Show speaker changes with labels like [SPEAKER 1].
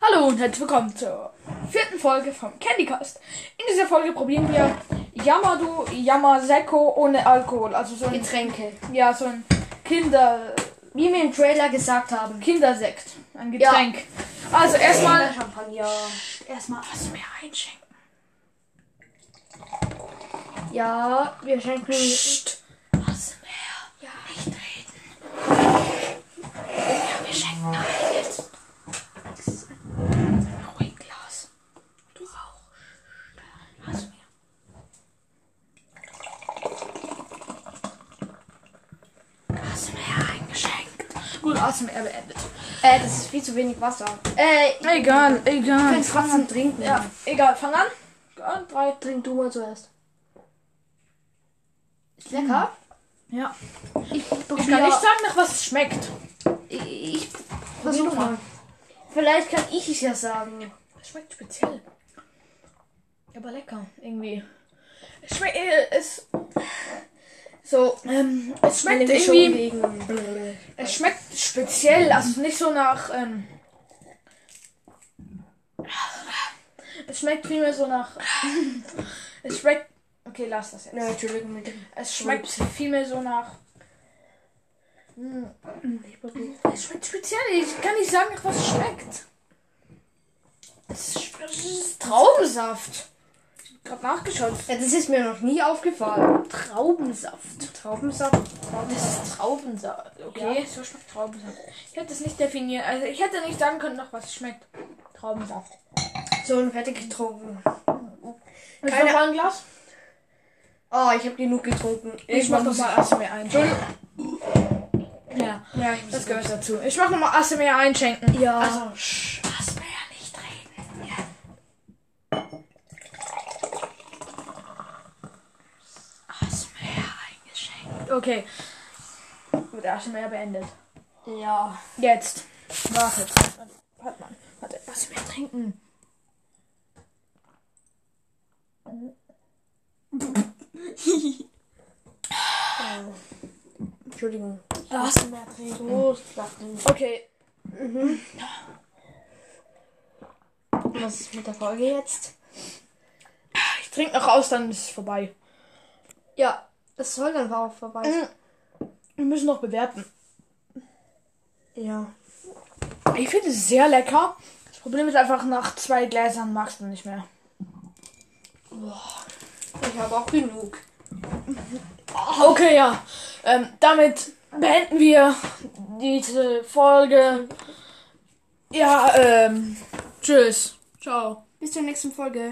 [SPEAKER 1] Hallo und herzlich willkommen zur vierten Folge vom Candycast. In dieser Folge probieren wir Yamado Yamaseko ohne Alkohol. Also so ein,
[SPEAKER 2] Getränke.
[SPEAKER 1] ja, so ein Kinder,
[SPEAKER 2] Wie wir im Trailer gesagt haben.
[SPEAKER 1] Kindersekt. Ein Getränk. Also erstmal.
[SPEAKER 2] Champagner.
[SPEAKER 1] Erstmal was mir einschenken.
[SPEAKER 2] Ja, wir schenken.
[SPEAKER 1] Psst. Was mehr? Ja. Nicht reden. Ja, wir schenken ein jetzt. Ruhig, Glas. Du auch. Was mehr? ASMR eingeschenkt. Gut, ASMR beendet.
[SPEAKER 2] Äh, das ist viel zu wenig Wasser. Äh, ich
[SPEAKER 1] Egal, egal.
[SPEAKER 2] kann trotzdem trinken.
[SPEAKER 1] Ah, Ja, egal, fang an. Und drei.
[SPEAKER 2] Trink du mal zuerst. Ist lecker?
[SPEAKER 1] Ja.
[SPEAKER 2] Ich
[SPEAKER 1] Ich
[SPEAKER 2] probiere
[SPEAKER 1] kann nicht sagen, nach was es schmeckt.
[SPEAKER 2] Ich, ich
[SPEAKER 1] Probier
[SPEAKER 2] versuch
[SPEAKER 1] du
[SPEAKER 2] mal. Vielleicht kann ich es ja sagen.
[SPEAKER 1] Es schmeckt speziell. Aber lecker, irgendwie. Es schmeckt. äh, Es, so, ähm, es schmeckt
[SPEAKER 2] Nämlich schon
[SPEAKER 1] irgendwie.
[SPEAKER 2] wegen.
[SPEAKER 1] Es schmeckt speziell, also nicht so nach. Ähm, es schmeckt vielmehr so nach. Es schmeckt. Okay, lass das jetzt.
[SPEAKER 2] Ja, Entschuldigung mit dem.
[SPEAKER 1] Es schmeckt vielmehr so nach. Hm,
[SPEAKER 2] Ich probiere.
[SPEAKER 1] Es schmeckt speziell. Ich kann nicht sagen, nach was es schmeckt. Es ist, es ist Traubensaft. Ich hab gerade nachgeschaut.
[SPEAKER 2] Ja, das ist mir noch nie aufgefallen.
[SPEAKER 1] Traubensaft.
[SPEAKER 2] Traubensaft.
[SPEAKER 1] Das ist Traubensaft. Okay, so schmeckt Traubensaft. Ich hätte es nicht definieren. Also ich hätte nicht sagen können, nach was es schmeckt. Traubensaft.
[SPEAKER 2] So und fertig getrunken.
[SPEAKER 1] Willst du
[SPEAKER 2] Keine-
[SPEAKER 1] noch mal ein Glas?
[SPEAKER 2] Oh, ich habe genug getrunken.
[SPEAKER 1] Ich mach
[SPEAKER 2] muss-
[SPEAKER 1] nochmal ASMR ein. Entschuldigung. Ja,
[SPEAKER 2] Ja, ich muss
[SPEAKER 1] das gehört dazu. Ich mach nochmal ASMR einschenken.
[SPEAKER 2] Ja.
[SPEAKER 1] Also, shh, ASMR nicht reden. Ja. ASMR eingeschenkt. Okay. Gut, ASMR beendet.
[SPEAKER 2] Ja.
[SPEAKER 1] Jetzt. Wartet. Warte mal. Warte, was wir trinken.
[SPEAKER 2] Entschuldigung.
[SPEAKER 1] Was
[SPEAKER 2] mehr trinken. Los, Flachen.
[SPEAKER 1] Okay.
[SPEAKER 2] Was ist mit der Folge jetzt?
[SPEAKER 1] Ich trinke noch aus, dann ist es vorbei.
[SPEAKER 2] Ja, es soll dann auch vorbei.
[SPEAKER 1] Wir müssen noch bewerten.
[SPEAKER 2] Ja.
[SPEAKER 1] Ich finde es sehr lecker. Das Problem ist einfach, nach zwei Gläsern magst du nicht mehr.
[SPEAKER 2] Ich habe auch genug.
[SPEAKER 1] Okay, ja. Ähm, damit beenden wir diese Folge. Ja, ähm, tschüss. Ciao.
[SPEAKER 2] Bis zur nächsten Folge.